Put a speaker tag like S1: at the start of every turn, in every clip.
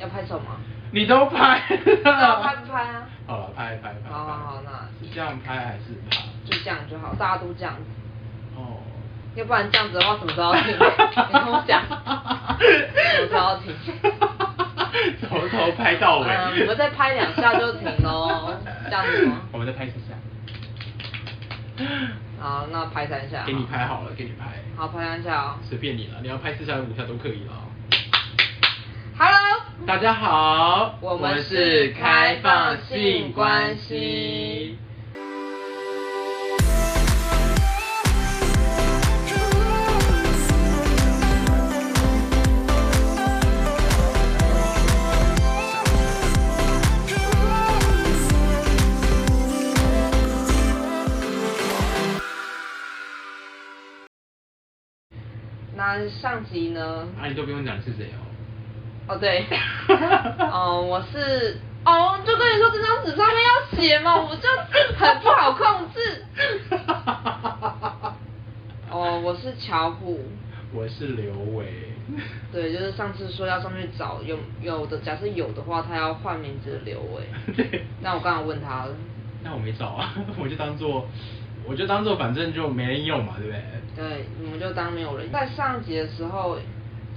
S1: 要拍手 吗？
S2: 你都拍
S1: 那
S2: 了，
S1: 我拍不拍啊？
S2: 好了，拍拍拍。
S1: 好好
S2: 拍
S1: 好那
S2: 是这样拍还是拍？
S1: 就这样就好，大家都这样子，
S2: 哦，
S1: 要不然这样子的话，什么都要听。你跟我讲，什么都要 听。
S2: 哦从头拍到尾。
S1: 嗯我们再拍两下就停喽这样子吗
S2: 我们再拍四下。
S1: 好，那拍三下。
S2: 给你拍好了，给你拍。
S1: 好，拍三下哦。
S2: 随便你了，你要拍四下、五下都可以了哦。
S1: Hello，
S2: 大家好，
S1: 我们是开放性关系。那上集呢？
S2: 啊，你都不用讲是谁哦。
S1: 哦 对， 哦我是哦，就跟你说这张纸上面要写嘛，我就很不好控 制。哦，我是巧虎，
S2: 我是刘伟。
S1: 对，就是上次说要上去找有有的，假设有的话，他要换名字的刘伟。
S2: 对。
S1: 那我刚刚问他了，
S2: 那我没找啊， 我就当做，我就当做反正就没人用嘛，对不对？
S1: 对，我们就当没有人。在上集的时候，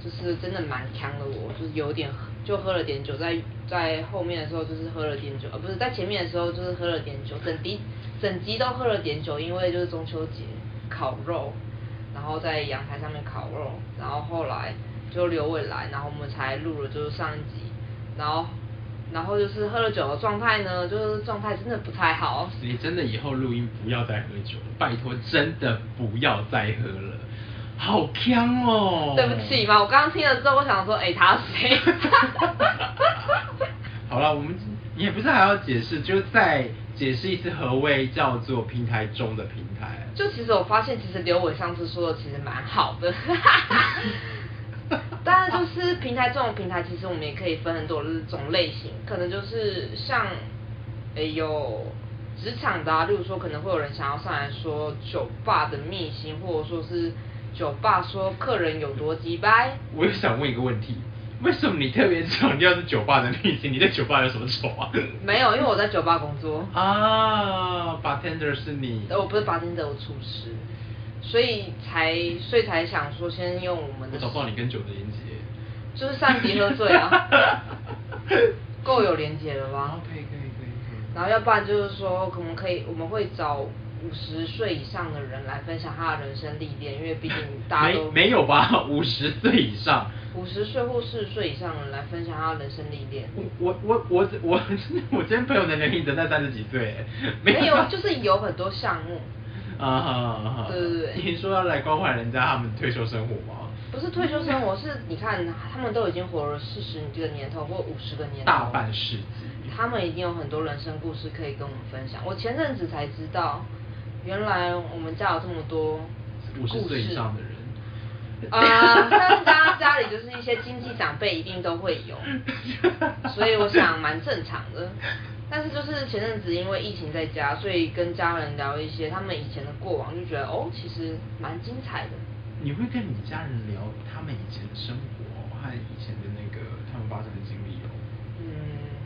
S1: 就是真的蛮强的我，就是有点喝就喝了点酒，在在后面的时候就是喝了点酒，呃，不是在前面的时候就是喝了点酒，整集整集都喝了点酒，因为就是中秋节烤肉，然后在阳台上面烤肉，然后后来就刘伟来，然后我们才录了就是上一集，然后然后就是喝了酒的状态呢，就是状态真的不太好，
S2: 你真的以后录音不要再喝酒了，拜托，真的不要再喝了，好呛哦。
S1: 对不起嘛，我刚刚听了之后，我想说，哎、他谁？
S2: 好了，我们你也不是还要解释，就再解释一次何谓叫做平台中的平台。
S1: 就其实我发现，其实刘伟上次说的其实蛮好的，但是就是平台这种平台，其实我们也可以分很多种类型，可能就是像，哎、有职场的、啊，例如说可能会有人想要上来说酒吧的秘辛，或者说是酒吧说客人有多鸡掰，
S2: 我也想问一个问题，为什么你特别强调是酒吧的秘辛？你在酒吧有什么丑 啊？
S1: 没有，因为我在酒吧工作。
S2: 啊，bartender 是你。
S1: 呃，我不是八天的，我厨师，所以才所以才想说先用我们
S2: 我
S1: 的，
S2: 找不到你跟酒的连接。
S1: 就是上集喝醉啊， 够有连结了吧？
S2: 可以可以可以可
S1: 然后要不然就是说，我们可以我们会找五十岁以上的人来分享他的人生历练，因为毕竟大家
S2: 没
S1: 都
S2: 没有吧？五十岁以上，
S1: 五十岁或四十岁以上的人来分享他的人生历 练。
S2: 我我我我我我真朋友的年龄只在三十几岁，
S1: 没
S2: 有
S1: 有，就是有很多项目，
S2: 啊哈哈，
S1: 对对对
S2: 你说要来关怀人家他们退休生活吗？
S1: 不是退休生活，是你看他们都已经活了四十个年头或五十个年头，
S2: 大半世纪
S1: 他们一定有很多人生故事可以跟我们分享。我前阵子才知道，原来我们家有这么多
S2: 五十
S1: 故
S2: 岁以
S1: 事
S2: 上的人。
S1: 呃，但是大家家里就是一些经济长辈一定都会有， 所以我想蛮正常的。但是就是前阵子因为疫情在家，所以跟家人聊一些他们以前的过往，就觉得哦，其实蛮精彩的。
S2: 你会跟你家人聊他们以前的生活和以前的那个他们发生的经历哦？
S1: 嗯，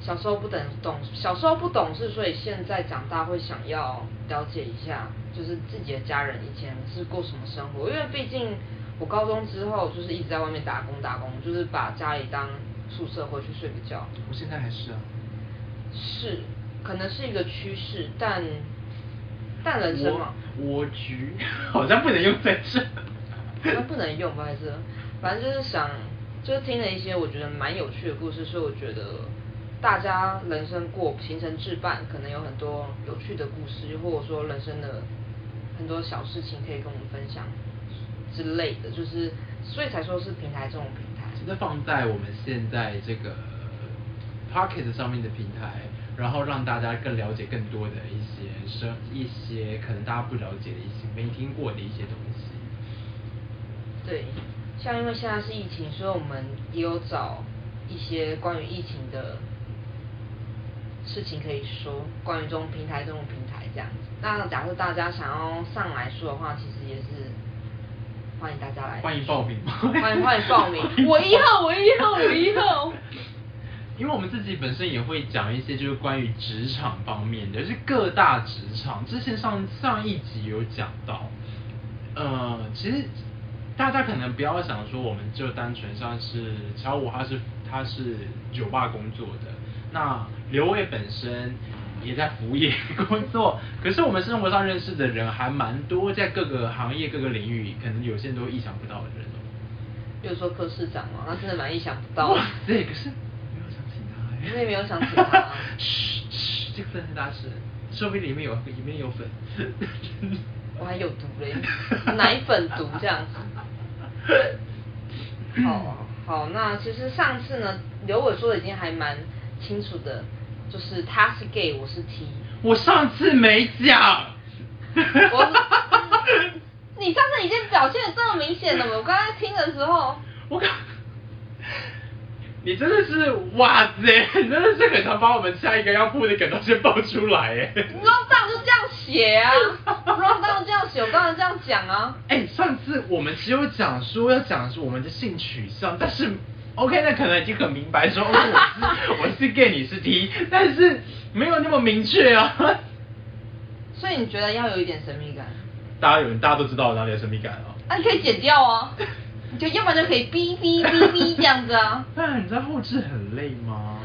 S1: 小时候不懂懂，小时候不懂事，所以现在长大会想要了解一下，就是自己的家人以前是过什么生活，因为毕竟我高中之后就是一直在外面打工打工，就是把家里当宿舍回去睡个觉，
S2: 我现在还是啊。
S1: 是可能是一个趋势，但但人生嘛，
S2: 我局好像不能用在这。
S1: 那不能用吧，还是反正就是想，就是听了一些我觉得蛮有趣的故事，所以我觉得大家人生过行程置办，可能有很多有趣的故事，或者说人生的很多小事情可以跟我们分享之类的，就是所以才说是平台这种平台。
S2: 只是放在我们现在这个 Pocket 上面的平台，然后让大家更了解更多的一些生一些可能大家不了解的一些没听过的一些东西。
S1: 对，像因为现在是疫情，所以我们也有找一些关于疫情的事情可以说，关于这种平台、这种平台这样子。那假设大家想要上来说的话，其实也是欢迎大家来，
S2: 欢迎报名吗
S1: 欢迎欢迎报名，我一号，我一号，我一号。
S2: 们自己本身也会讲一些就是关于职场方面的，就是各大职场。之前上上一集有讲到，呃，其实大家可能不要想说我们就单纯像是乔五他是他是酒吧工作的，那刘伟本身也在服务业工作，可是我们生活上认识的人还蛮多，在各个行业各个领域，可能有些人都意想不到的人哦。
S1: 比如说柯市长嘛，那真的蛮意想不到的
S2: 哇。塞，可是没有想请他哎、
S1: 因为没有想请他啊
S2: 嘘嘘，这个真的很大声，说不定里面有里面有粉。
S1: 我还有毒 嘞，奶粉毒这样子。好 啊好，那其实上次呢，刘伟说的已经还蛮清楚的，就是他是 gay，我是 T。
S2: 我上次没讲。
S1: 我是你上次已经表现的这么明显了，我刚才听的时候，
S2: 我靠！你真的是哇塞，你真的是很常把我们下一个要铺的梗都先爆出来哎。
S1: round down 就这样写 啊，round down 这样写，我当然这样讲啊。
S2: 哎、上次我们只有讲说要讲说我们的性取向，但是 OK，那可能已经很明白说，哦我是 我是 gay，你是 T，但是没有那么明确啊。
S1: 所以你觉得要有一点神秘感，
S2: 大家有大家都知道我哪里有神秘感啊？
S1: 啊，你可以剪掉啊，你就要不然就可以哔哔哔哔这样子 啊，
S2: 但你知道后置很累吗？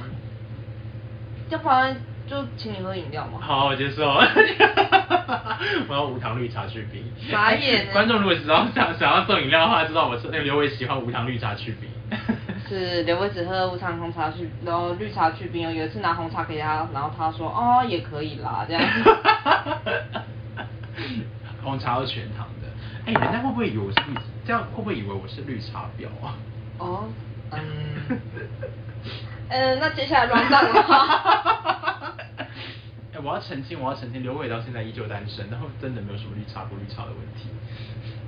S1: 要不然就请你喝饮料嘛。
S2: 好，我接受。 我要无糖绿茶去冰。哎
S1: 傻眼欸
S2: 观众如果知道想想要送饮料的话，知道我是那个哎刘伟喜欢无糖绿茶去冰。
S1: 是刘伟只喝无糖红茶去，然后绿茶去冰哦。有一次拿红茶给他，然后他说哦也可以啦这 样。
S2: 红茶是全糖的。哎、人家会不会以为我是绿？这样会不会以为我是绿茶婊啊？
S1: 哦，嗯，嗯，那接下来 round down 了。
S2: 哎、我要澄清，我要澄清，刘伟到现在依旧单身，然后真的没有什么绿茶不绿茶的问题。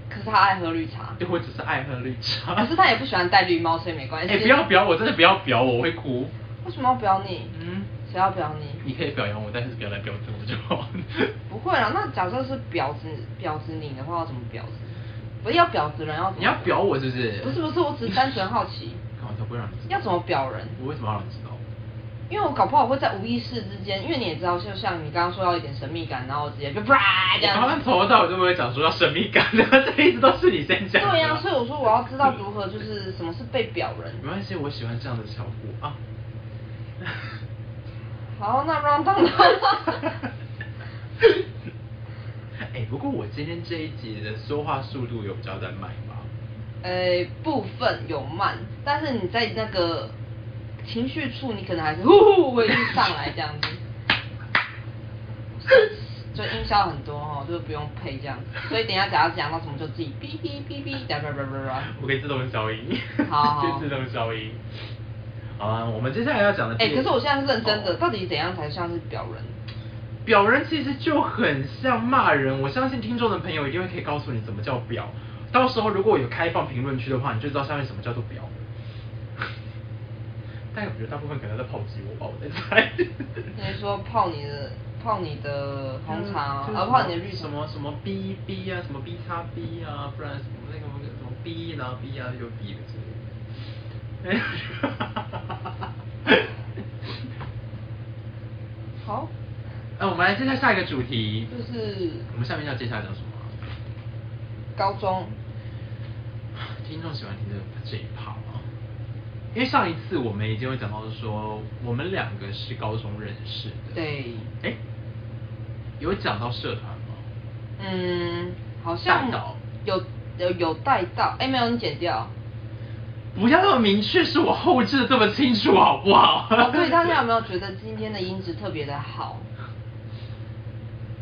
S1: 可是他爱喝绿茶，
S2: 对，我只是爱喝绿茶。
S1: 可是他也不喜欢戴绿帽，所以没关
S2: 哎、
S1: 系。
S2: 不要表我，真的不要表我，我会哭。
S1: 为什么要表你？
S2: 嗯
S1: 谁要表你？
S2: 你可以表扬我，但是不要来表彰我就 好。
S1: 不会啦，那假设是婊子婊子你的话，要怎么婊子？不是要婊子人要怎么？
S2: 你要表我是不是？
S1: 不是不是，我只是单纯好奇，
S2: 干嘛才不会让你知道？
S1: 要怎么表人？
S2: 我为什么要让你知道？
S1: 因为我搞不好会在无意识之间，因为你也知道，就像你刚刚说要一点神秘感，然后我直接就啪这
S2: 我刚
S1: 样
S2: 刚。从头到尾都没有讲说要神秘感，然后这一直都是你先讲的。
S1: 对呀、啊所以我说我要知道如何就是什么是被表人。
S2: 没关系，我喜欢这样的小姑啊。
S1: 好，那 round down
S2: 哎、不过我今天这一集的说话速度有比较在慢吧？
S1: 呃，部分有慢，但是你在那个情绪处，你可能还是呼呼会上来这样子，就音效很多哦，就是不用配这样子。所以等一下假如讲到什么就自己哔哔哔哔，哒叭叭叭叭。
S2: 我可以自动消音，
S1: 好好
S2: 就自动消音。好啊，我们接下来要讲的第
S1: 哎、
S2: 一，
S1: 可是我现在是认真的，
S2: 哦
S1: 到底怎样才像是表人？
S2: 表人其实就很像骂人，我相信听众的朋友一定会可以告诉你怎么叫表。到时候如果有开放评论区的话，你就知道下面什么叫做表。但我觉得大部分可能在炮击我吧，我在猜。
S1: 你是说泡你的泡你的红茶啊，
S2: 嗯就是
S1: 啊泡你的绿茶
S2: 什么什么 B B 啊，什么 B 叉 B 啊，不然什么那个什么 B 然后 B 啊又 B 之类的。
S1: 好，
S2: 那我们来接下下一个主题，
S1: 就是
S2: 我们下面要接下来讲什么啊？
S1: 高中
S2: 听众喜欢听这这一趴吗？啊因为上一次我们已经有讲到说，我们两个是高中认识的。。
S1: 对，
S2: 哎，有讲到社团吗？
S1: 嗯，好
S2: 带
S1: 像
S2: 到
S1: 有有有带到，哎、没有你剪 掉。
S2: 不要那么明确，是我后置的这么清楚，好不好？
S1: 哦，对，大家有没 有觉得今天的音质特别的好？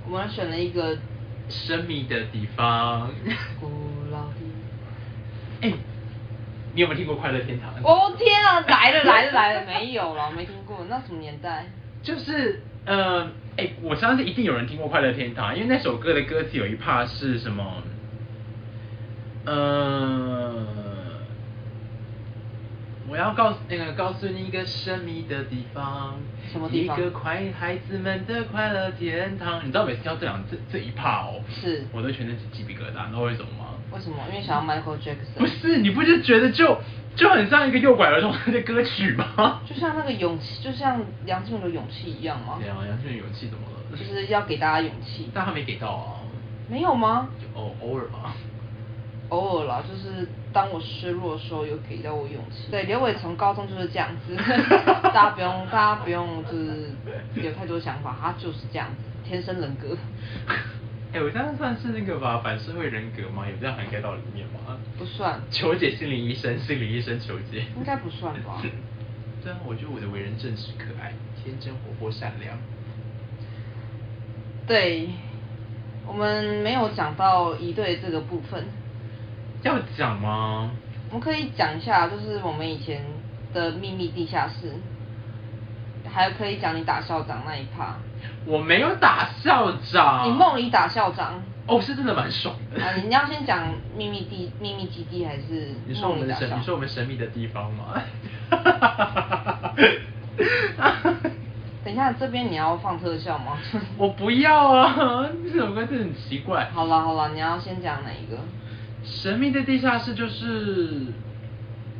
S1: 我们选了一个
S2: 神秘的地方。
S1: 古老的。
S2: 哎，你有没有听过《快乐天堂》？
S1: 哦天啊，来了来了来了，没有了，我没听过，那什么年代？
S2: 就是呃，哎、我相信一定有人听过《快乐天堂》，因为那首歌的歌词有一 part 是什么？呃，我要告诉那个告诉你一个神秘的地方，
S1: 什么地方
S2: 一个快孩子们的快乐天堂。你知道每次听到这两这这一 part 哦，
S1: 是
S2: 我都全身起鸡皮疙瘩，你知道为什么吗？
S1: 为什么？因为想要 Michael Jackson。
S3: 不是，你不是觉得就就很像一个诱拐儿童的歌曲吗？
S1: 就像那个勇气，就像梁静茹的勇气一样吗
S2: 对？啊，杨俊勇气怎么了？
S1: 就是要给大家勇气。
S2: 但他没给到啊，
S1: 没有吗？
S2: 就偶偶尔吧。
S1: 偶尔啦，就是当我失落的时候，有给到我勇气。对，刘伟从高中就是这样 子，大家不用，大家不用就是有太多想法，他就是这样子，天生人格。
S2: 哎、我这样算是那个吧，反社会人格吗？有这样涵盖到里面吗？
S1: 不算
S2: 求解心理医生，心理医生求解。
S1: 应该不算 吧
S2: 对啊，我觉得我的为人正直、可爱、天真、活泼、善良。
S1: 对，我们没有讲到一对这个部分，
S2: 要讲吗？
S1: 我们可以讲一下，就是我们以前的秘密地下室，还可以讲你打校长那一趴，
S2: 我没有打校长。
S1: 你梦里打校长。
S2: 哦，是真的蛮爽的。
S1: 啊，你要先讲秘密地秘密基地还是
S2: 你说我
S1: 梦
S2: 们
S1: 里
S2: 的
S1: 打校
S2: 神，
S1: 长？
S2: 你说我们神秘的地方吗？
S1: 等一下，这边你要放特效 吗？
S2: 我不要啊！这首歌真的很奇怪。
S1: 好啦好啦，你要先讲哪一个？
S2: 神秘的地下室就是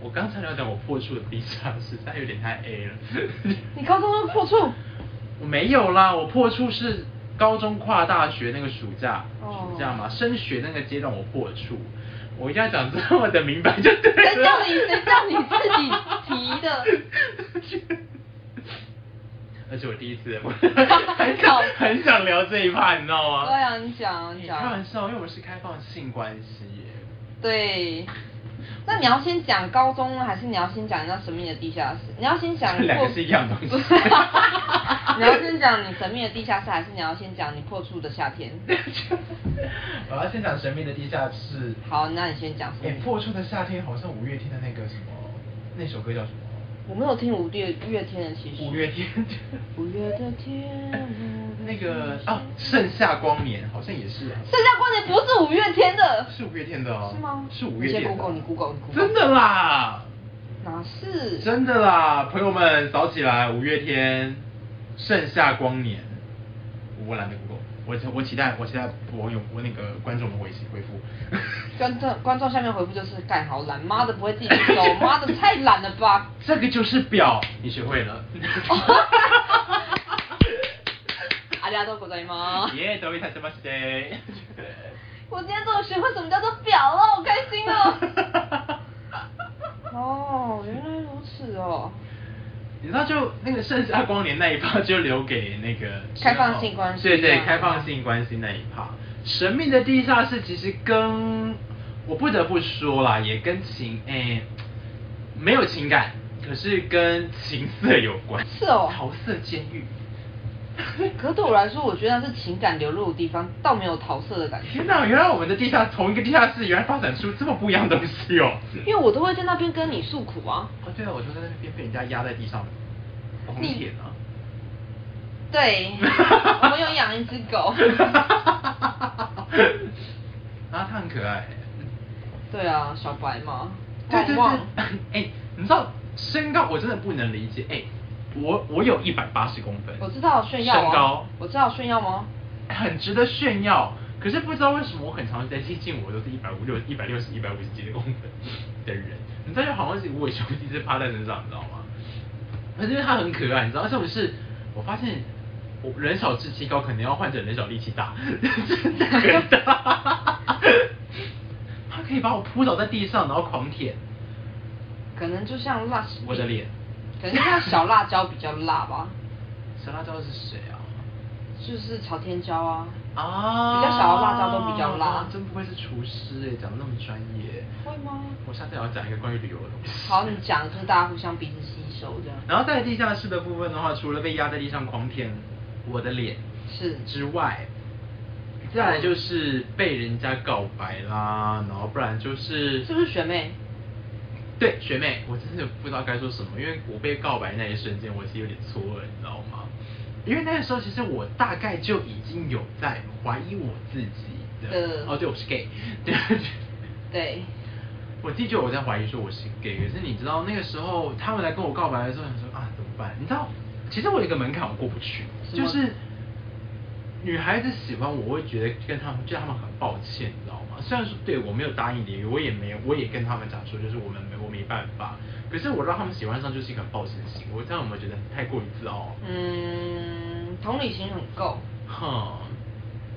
S2: 我刚才要讲我破处的地下室，它有点太 A 了。
S1: 你高中生破处？
S2: 我没有啦，我破处是高中跨大学那个暑假，
S1: 哦
S2: 暑假嘛，升学那个阶段我破处。我一定要讲这么的明白就对
S1: 谁
S2: 了
S1: 叫。你谁叫你自己提的？
S2: 而且我第一 次，我很想很想聊这一趴，你知道吗？
S1: 对啊你讲啊你讲啊
S2: 开玩笑，因为我们是开放性关系耶。
S1: 对，那你要先讲高中，还是你要先讲那神秘的地下室？你要先讲
S2: 这两个
S1: 破
S2: 是一样东西
S1: 你要先讲你神秘的地下室，还是你要先讲你破处的夏天？
S2: 我要先讲神秘的地下室。
S1: 好，那你先讲神
S2: 哎、
S1: 秘。
S2: 破处的夏天好像五月天的那个什么，那首歌叫什么？
S1: 我没有听五月月天的，其实。
S2: 五月天。
S1: 五月的天。
S2: 那个啊，盛夏光年好像也是、啊。
S1: 盛夏光年不嗯是五月天的，
S2: 是五月天的哦。
S1: 是吗？
S2: 是五月天
S1: 你
S2: 的。
S1: 先 Google，你 Google，你 Google。
S2: 真的？啦，
S1: 哪是？
S2: 真的啦，朋友们早起来，五月天，盛夏光年。我懒得 Google，我我期待我期待我有我那个观众的回信回复。
S1: 观众观众下面回复就是干好懒，妈的不会自己去 走，妈的太懒了吧。
S2: 这个就是表，你学会了。
S1: 哦 ありがとうございます。
S2: 耶，都为他什么 谁？
S1: 我今天终于学会什么叫做表了，好开心哦。 哦，原来如此哦。
S2: 你知道就那个盛夏光年那一趴就留给那个
S1: 开放性关系
S2: 对对，
S1: 啊
S2: 开放性关系那一趴。神秘的地下室其实跟我不得不说啦，也跟情诶、没有情感，可是跟情色有关。
S1: 是哦
S2: 桃色监狱。
S1: 可对我来说，我觉得那是情感流露的地方，倒没有桃色的感觉。
S2: 天哪，原来我们的地下同一个地下室，原来发展出这么不一样的东西哦。
S1: 因为我都会在那边跟你诉苦啊。
S2: 哦，对了，我就在那边被人家压在地上，红
S1: 你
S2: 点 啊。
S1: 对，我们有养一只 狗。
S2: 啊，他很可爱。
S1: 对啊，小白嘛，
S2: 对对
S1: 旺
S2: 对，
S1: 旺
S2: 哎、。你知道身高我真的不能理解。哎、我我有一百八十公分，
S1: 我知道炫耀啊。
S2: 身高
S1: 我知道炫耀哦吗？
S2: 很值得炫耀，可是不知道为什么我很常在接近我都是一百五六、一百六十、一百五十几的公分的人，你知道就好像是无尾熊一直趴在身上，你知道吗？可是因为它很可爱，你知道，是不是？我发现我人少志气高，可能要换成人少力气大， 真的很大。它可以把我扑倒在地上，然后狂舔
S1: 可能就像辣。
S2: 我的脸。
S1: 可能就像小辣椒比较辣吧，
S2: 小辣椒是谁啊？
S1: 就是朝天椒啊。
S2: 啊，
S1: 比较小的辣椒都比较辣
S2: 真不愧是厨师哎，讲得那么专业。
S1: 会吗？
S2: 我下次也要讲一个关于旅游的东西。
S1: 好，你讲就是大家互相彼此吸收这样。
S2: 然后在地下室的部分的话，除了被压在地上狂舔我的脸
S1: 是
S2: 之外，再来就是被人家告白啦，然后不然就是
S1: 是不是学妹？
S2: 对学妹，我真的不知道该说什么，因为我被告白那一瞬间，我是有点错愕，你知道吗？因为那个时候其实我大概就已经有在怀疑我自己的，
S1: 的
S2: 哦对，我是 gay，对。
S1: 对，
S2: 我弟就有在怀疑说我是 gay，可是你知道那个时候他们来跟我告白的时候，想说啊怎么办？你知道，其实我有一个门槛我过不去，
S1: 什
S2: 就
S1: 么
S2: 是女孩子喜欢我，我会觉得跟他们，就他们很抱歉，你知道吗？虽然说对我没有答应你，我也没有，我也跟他们讲说，就是我们没我没办法，可是我让他们喜欢上就是一个很抱歉的行为，这样有没有觉得太过于自傲？
S1: 嗯，同理心很够，
S2: 哼，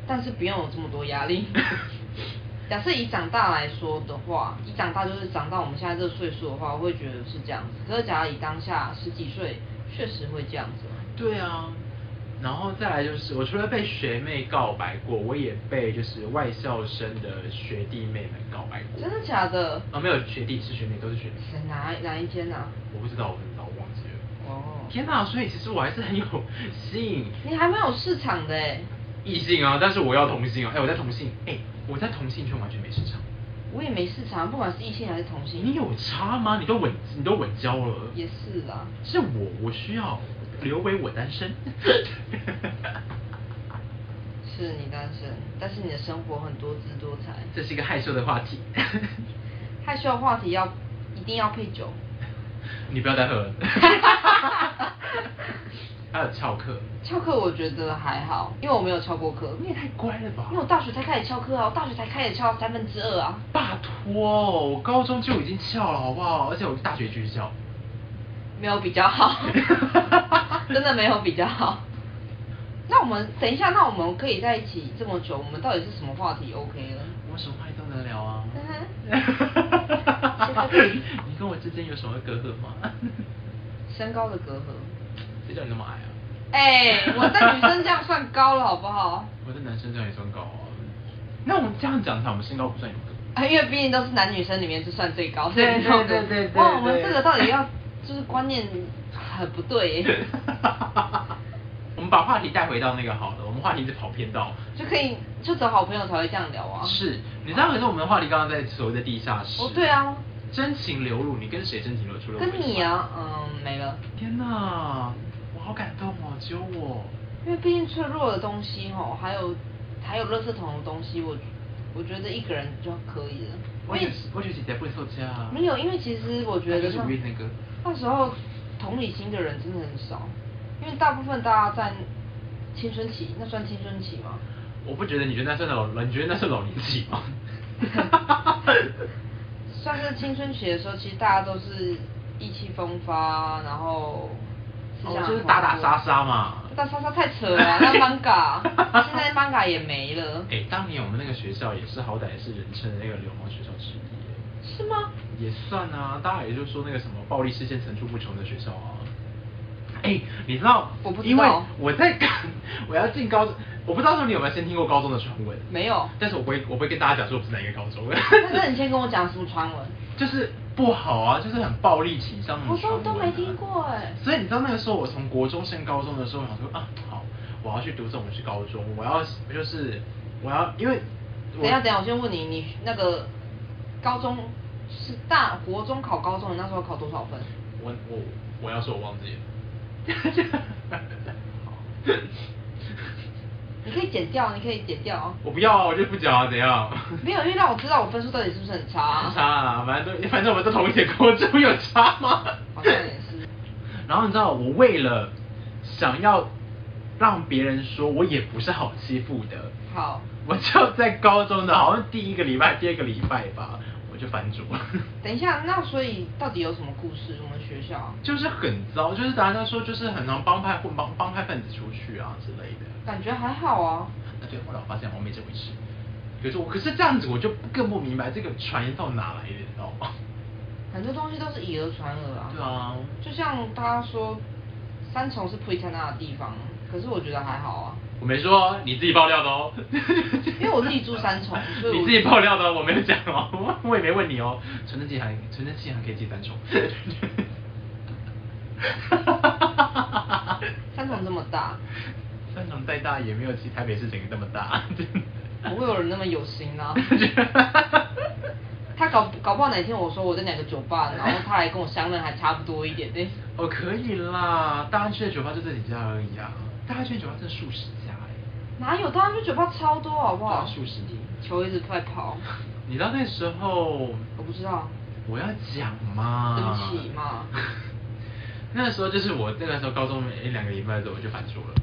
S1: 但是不用有这么多压力。 假设以长大来说的话，以长大就是长到我们现在这个岁数的话，我会觉得是这样子。可是假如以当下十几岁，确实会这样子。
S2: 对啊，然后再来就是，我除了被学妹告白过，我也被就是外校生的学弟妹们告白过。
S1: 真的假的？
S2: 啊，没有学弟是学妹，都是学妹。
S1: 是哪哪一间啊？
S2: 我不知道，我不知道，我忘记了。
S1: 哦，
S2: 天哪、所以其实我还是很有吸引
S1: 你还蛮有市场的哎。
S2: 异性啊，但是我要同性啊。哎、我在同性，哎、我在同性圈完全没市场。
S1: 我也没市场，不管是异性还是同性。
S2: 你有差吗？你都稳，你都稳交了。
S1: 也是啦。
S2: 是我，我需要留为我单身。
S1: 是你单身，但是你的生活很多姿多彩。
S2: 这是一个害羞的话题。
S1: 害羞的话题要一定要配酒。
S2: 你不要再喝了。 还有翘课，
S1: 翘课我觉得还好，因为我没有翘过课。
S2: 你也太乖了吧
S1: 因为我大学才开始翘课啊，我大学才开始翘三分之二啊。
S2: 拜托，哦我高中就已经翘了，好不好？而且我大学继续翘。
S1: 没有比较好，真的没有比较好。那我们等一下，那我们可以在一起这么久，我们到底是什么话题 OK 了？
S2: 我们什么话题都能聊 啊
S1: 嗯哼
S2: 你跟我之间有什么隔阂吗？
S1: 身高的隔阂。
S2: 谁叫你那么矮啊？
S1: 哎、我在女生这样算高了好不好？
S2: 我在男生这样也算高啊。那我们这样讲的话，我们身高不算有隔阂。
S1: 啊，因为毕竟都是男女生里面是算最高，所以
S2: 对
S1: 你知道
S2: 对
S1: 的
S2: 对对
S1: 哇，我们
S2: 对
S1: 这个到底要就是观念很不对耶，
S2: 我们把话题带回到那个好了，我们话题一直跑偏到。
S1: 就可以就找好朋友才会这样聊啊。
S2: 是，你知道，可是我们的话题刚刚在所谓的地下室。
S1: 哦对啊
S2: 真情流露，你跟谁真情流露？除了我
S1: 跟你
S2: 以外
S1: 啊，嗯，没了。
S2: 天哪，我好感动哦！只有我。
S1: 因为毕竟脆弱的东西吼，还有还有垃圾桶的东西，我我觉得一个人就可以了。
S2: 我
S1: 因
S2: 也
S1: 为
S2: 是，我觉得姐姐不会受家啊。
S1: 没有，因为其实我觉
S2: 那
S1: 得
S2: 就是
S1: 那
S2: 无意那个
S1: 那时候同理心的人真的很少，因为大部分大家在青春期，那算青春期吗？
S2: 我不觉得，你觉得那算老？你觉得那是老年期 吗？哦
S1: 算是青春期的时候，其实大家都是意气风发，然后思想
S2: 哦
S1: 很
S2: 就是打打
S1: 蓬勃
S2: 杀杀嘛
S1: 打打杀杀太扯了 啊、那 manga 现在 manga 也没了。
S2: 哎、当年我们那个学校也是，好歹也是人称的那个流氓学校之一，
S1: 是吗？
S2: 也算啊。大家也就是说那个什么暴力事件层出不穷的学校啊。哎、你知道？
S1: 我不知道
S2: 因为我在 我要进高中，我不知道说你有没有先听过高中的传闻？
S1: 没 有
S2: 但是我不会，我不会跟大家讲说我是哪一个高中。
S1: 那那你先跟我讲什么传闻？
S2: 就是不好啊，就是很暴力倾向那种
S1: 我说
S2: 传闻啊
S1: 都没听过哎
S2: 所以你知道那个时候，我从国中升高中的时候，我想说啊，好，我要去读这种是高中，我要就是我要因为我
S1: 等一下，等一下，我先问你，你那个高中是大国中考高中，你那时候考多少分？
S2: 我我我要说我忘 记了。
S1: 你可以减掉，你可以减掉啊。
S2: 我不要啊，我就不讲啊，怎样？
S1: 没有，因为让我知道我分数到底是不是很差、啊。
S2: 差啊，反正都反正我们都同一间国中，有差吗？
S1: 好像也是。
S2: 然后你知道，我为了想要让别人说我也不是好欺负的，
S1: 好，
S2: 我就在高中的好像第一个礼拜、第二个礼拜吧，我就翻桌，
S1: 等一下，那所以到底有什么故事？我们学校
S2: 就是很糟，就是大家说就是很常帮派混帮帮派分子出去啊之类的。
S1: 感觉还好啊。
S2: 那对后来我发现我没这回事，可是我可是这样子我就更不明白这个传言到哪来的，你知道吗？
S1: 很多东西都是以讹传讹啊。
S2: 对啊
S1: 就像大家说，三重是 p r e t a n a 的地方，可是我觉得还好啊。
S2: 我没说哦，你自己爆料的哦。
S1: 因为我自己住三 重所以我
S2: 你自己爆料的哦，我没有讲哦， 我也没问你哦。存证信函，存证信函可以寄三 重。
S1: 三重这么大，
S2: 三重再大也没有其台北市整个那么 大。
S1: 不会有人那么有心 啊。他搞搞不好哪天我说我在哪个酒吧，然后他来跟我相认还差不多一点呢。
S2: 哦，可以啦，大安区的酒吧就这几家而已啊，大安区的酒吧剩数十家哎、
S1: 哪有？当然是酒吧超多，好不好？
S2: 对啊数十间
S1: 球一直在跑，
S2: 你知道那时候
S1: 我不知道。
S2: 我要讲嘛，
S1: 对不起 嘛
S2: 那时候就是我那个时候高中一两个礼拜的时候我就反桌了，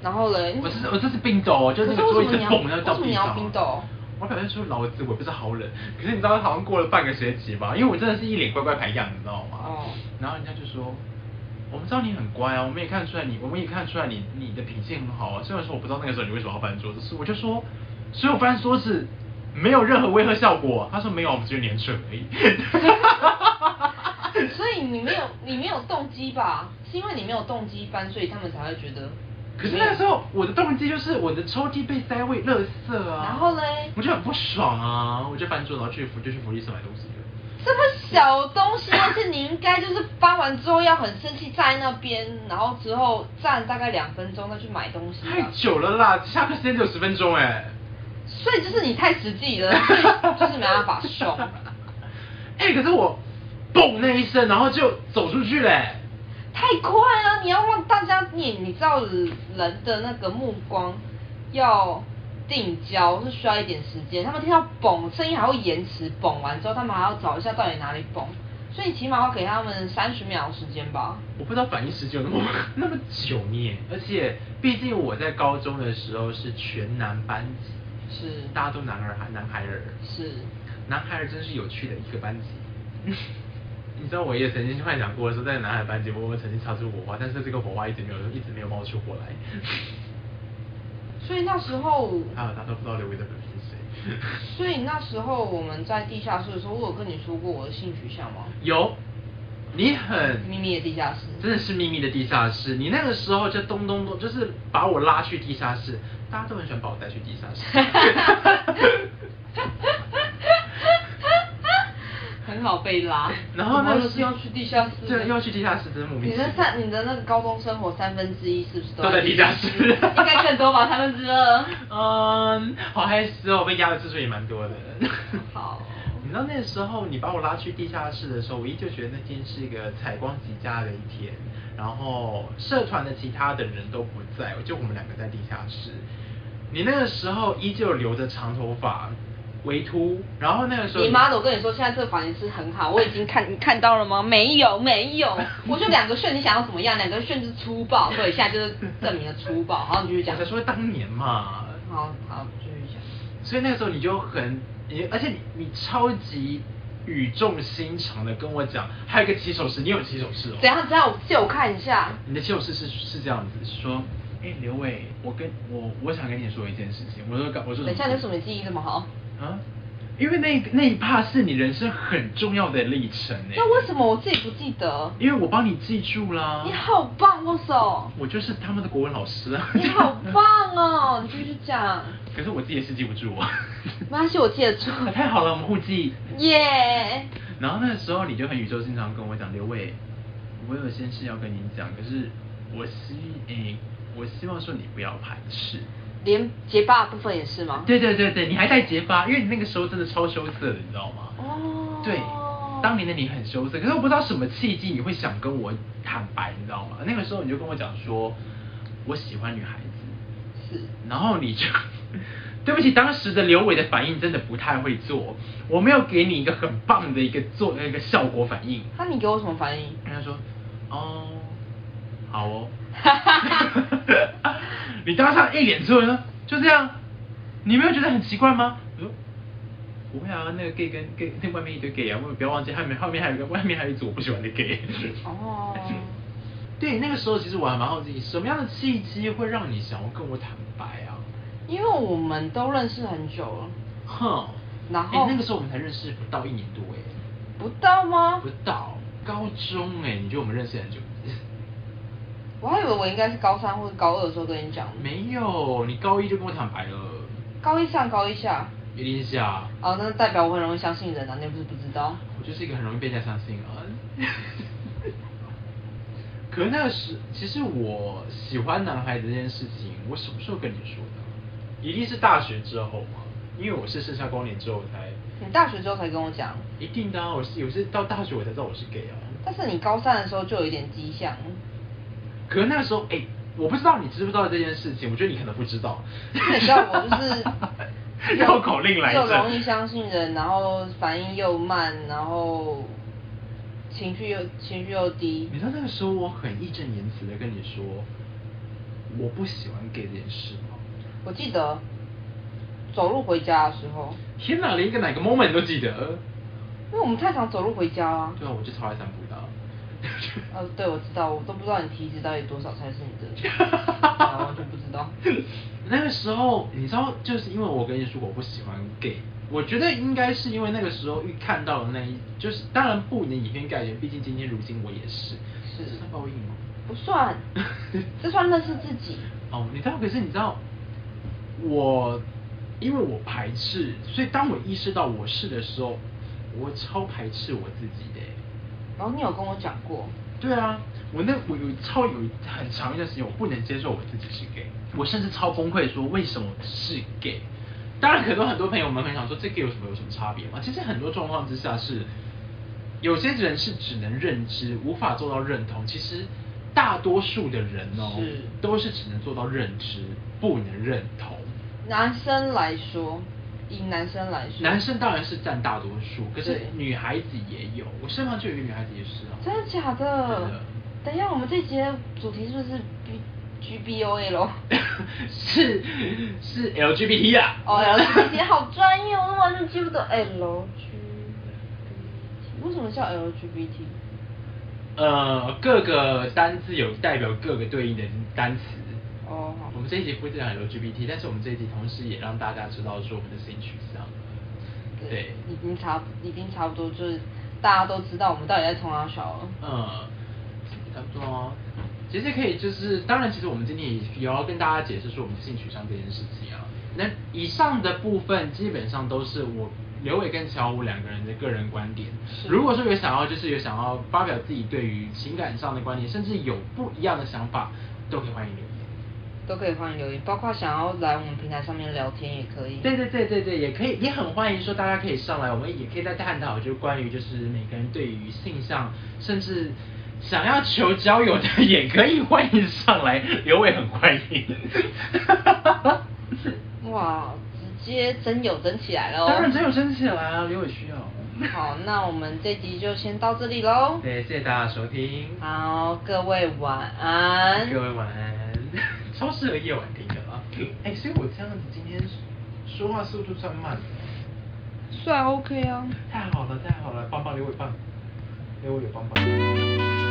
S1: 然后嘞，
S2: 我是我这是冰斗，就那个
S1: 可是
S2: 桌
S1: 为
S2: 椅
S1: 什
S2: 子
S1: 么你要
S2: 蹦然后到
S1: 为什么
S2: 地
S1: 你要
S2: 上。
S1: 冰斗
S2: 我表现出老子我不是好人，
S3: 可是你知道，好像过了半个学期吧，因为我真的是一脸乖乖牌样，你知道吗？
S1: 哦
S2: 然后人家就说，我们知道你很乖啊，我们也看出来你，我们也看出来你你的脾气很好啊。虽然说我不知道那个时候你为什么要翻桌子，是我就说，所以我翻桌子没有任何威吓效果。啊他说没有，我们只是粘蠢而已。
S1: 啊所以你没有你没有动机吧？是因为你没有动机搬，所以他们才会觉得。
S2: 可是那时候我的动机就是我的抽屉被塞为垃圾啊，
S1: 然后嘞
S2: 我就很不爽啊，我就翻桌然后去福就去福利社买东西了。
S1: 这么小东西，但是你应该就是搬完之后要很生气站在那边，然后之后站大概两分钟再去买东西吧。
S2: 太久了啦，下课时间只有十分钟哎、
S1: 所以就是你太实际了，所以就是没办法凶。
S2: 哎、可是我嘣那一声，然后就走出去嘞、
S1: 太快了，你要让大家你你知道人的那个目光要定焦是需要一点时间，他们听到嘣声音还会延迟，嘣完之后他们还要找一下到底哪里嘣，所以你起码要给他们三十秒的时间吧。
S2: 我不知道反应时间有那么那么久呢，而且毕竟我在高中的时候是全男班级，
S1: 是
S2: 大家都男儿男孩儿，
S1: 是，
S2: 男孩儿真是有趣的一个班 级。你知道我也曾经幻想过说在男孩班级，我我曾经擦出火花，但是这个火花一直没有一直没有冒出火来。
S1: 所以那时候，
S2: 还有大家都不知道刘伟的本名是谁。
S1: 所以那时候我们在地下室的时候，我有跟你说过我的性取向吗？
S2: 有，你很
S1: 秘密的地下室
S2: 真的是秘密的地下室。你那个时候就咚咚咚，就是把我拉去地下室，大家都很喜欢把我带去地下 室。
S1: 很好被 拉。
S2: 然后那
S1: 怎么是要去地下室，
S2: 对，要去地下室，真的莫名
S1: 你
S2: 其妙
S1: 的。三，你的那个高中生活三分之一是不是
S2: 都在地下室
S1: 室？ 应该更多吧，三分之二。
S2: 嗯，好害羞哦，被压的次数也 蛮多的。
S1: 好
S2: 你知道那时候你把我拉去地下室的时候，我依旧觉得那天是一个采光极佳的一天。然后社团的其他的人都不在，就我们两个在地下室。你那个时候依旧留着长头发，围秃，然后那个时候
S1: 你妈的！我跟你说，现在这个发型师很好，我已经看你看到了吗？没有，没有，我就两个炫，你想要怎么样？两个炫是粗暴，对，现在就是证明了粗暴。好，你继续讲
S2: 我才。说当年嘛。
S1: 好好，继续讲。
S2: 所以那个时候你就很，你而且你你超级语重心长的跟我讲，还有一个起手式，你有起手式哦？
S1: 怎样？怎样？我借我看一下。
S2: 你的起手式是是这样子，是说，哎、刘伟，我跟我我想跟你说一件事情，我说搞我说，
S1: 等一下，你为什么记忆这么好？
S2: 啊？因为那那一趴是你人生很重要的历程哎、
S1: 那为什么我自己不记得？
S2: 因为我帮你记住啦。
S1: 你好棒，握手。
S2: 我就是他们的国文老师啊。
S1: 你好棒哦！你继续讲。
S2: 可是我自己也是记不住啊。
S1: 没关系，我记得住。
S2: 太好了，我们互记。
S1: 耶、
S2: 然后那时候你就很语重心长跟我讲，刘伟，我有些事要跟你讲，可是我希诶、我希望说你不要排斥。
S1: 连结巴的部分也是吗？
S2: 对。对对对，你还带结巴，因为你那个时候真的超羞涩的，你知道吗？
S1: 哦
S2: 对，当年的你很羞涩，可是我不知道什么契机你会想跟我坦白，你知道吗？那个时候你就跟我讲说，我喜欢女孩子，
S1: 是。
S2: 然后你就， 对不起，当时的刘伟的反应真的不太会做，我没有给你一个很棒的一个做一个效果反应。
S1: 那你给我什么反 应？
S2: 人家说，哦，好哦，你当场一脸错愕，就这样，你没有觉得很奇怪吗？我说。不会啊，那个 gay 跟 gay 那外面一堆 gay 啊，我们不要忘记，后面后面还有一个，外面还有一组我不喜欢的 gay。
S1: 哦。
S2: 对，那个时候其实我还蛮好奇，什么样的契机会让你想要跟我坦白啊？
S1: 因为我们都认识很久了，
S2: 哼，
S1: 然
S2: 哎
S1: 后
S2: 那个时候我们才认识不到一年多哎、
S1: 不到吗
S2: 不？到高中哎、你觉得我们认识很久？
S1: 我还以为我应该是高三或者高二的时候跟你讲。。
S2: 没有，你高一就跟我坦白了，
S1: 高一上，高一下。
S2: 一定是啊，
S1: 哦，那代表我很容易相信人啊，你又不是不知道。
S2: 我就是一个很容易被人家相信啊。可是那时，其实我喜欢男孩子这件事情，我什么时候跟你说的？一定是大学之后嘛，因为我是盛夏光年之后才，
S1: 你大学之后才跟我讲，
S2: 一定的、啊，我是我是到大学我才知道我是 gay 啊。
S1: 但是你高三的时候就有一点迹象。
S2: 可是那个时候，哎、我不知道你知不知道这件事情，我觉得你可能不知道。
S1: 你知道我就是
S2: 绕口令来着
S1: 又容易相信人，然后反应又慢，然后情绪又情绪又低
S2: 你。知道那个时候我很义正言辞的跟你说，我不喜欢 gay 这件事吗？
S1: 我记得走路回家的时候，
S2: 天哪，连一个哪个 moment 都记得。
S1: 因为我们太常走路回家啦、
S2: 对啊，我就超爱散步的啊。
S1: 呃，对，我知道，我都不知道你体脂到底多少才是你的， 然后我就不知道。
S2: 那个时候，你知道，就是因为我跟你说我不喜欢 gay，我觉得应该是因为那个时候一看到的那一，就是当然不能以偏概全，毕竟今天如今我也是。
S1: 是
S2: 这算报应吗？
S1: 不算，这算认识自己。
S2: 哦，你知道，可是你知道，我因为我排斥，所以当我意识到我是的时候，我超排斥我自己的欸。
S1: 然后你有跟我讲过，
S2: 对啊，我那我有超有很长一段时间，我不能接受我自己是 gay，我甚至超崩溃，说为什么是 gay？当然，可能很多朋友们很想说，这 gay 有什么有什么差别吗？其实很多状况之下是，有些人是只能认知，无法做到认同。其实大多数的人哦
S1: 是，
S2: 都是只能做到认知，不能认同。
S1: 男生来说，以男生来说，
S2: 男生当然是占大多数，可是
S1: 对
S2: 女孩子也有。我身旁就有一个女孩子也是啊。
S1: 真的假
S2: 真
S1: 的
S2: 的？
S1: 等一下，我们这集的主题是不是 B G B O A 喽？
S2: 是是 LGBT 啊。
S1: 哦，L G B 好专业，我都完全记不得 L G B T，为什么叫 L G B T？
S2: 呃，各个单字有代表各个对应的单词。
S1: 哦好
S2: 我们这一集不会讲 LGBT，但是我们这一集同时也让大家知道说我们的性取向。对，
S1: 已经差不已经差不多，就是大家都知道我们到底在冲啊哪小了。
S2: 嗯，差不多哦。其实可以，就是当然，其实我们今天也也要跟大家解释说我们性取向这件事情啊。那以上的部分基本上都是我刘伟跟乔武两个人的个人观点。
S1: 是
S2: 如果说有想要，就是有想要发表自己对于情感上的观点，甚至有不一样的想法，都可以欢迎留言。
S1: 都可以欢迎留言，包括想要来我们平台上面聊天也可以。
S2: 对对对对对，也可以，也很欢迎说大家可以上来，我们也可以再探讨，就关于就是每个人对于性向，甚至想要求交友的也可以欢迎上来，刘伟很欢迎。
S1: 哇，直接真有真起来喽！
S2: 当然只有升起来啊，刘伟需 要。
S1: 好，那我们这集就先到这里喽。
S2: 对，谢谢大家收听，
S1: 好，各位晚安。
S2: 各位晚安。超适合夜晚听的啊！哎、所以我这样子今天说话速度算慢的。
S1: 算 OK 啊。
S2: 太好了，太好了，棒棒刘伟棒，刘伟有棒棒。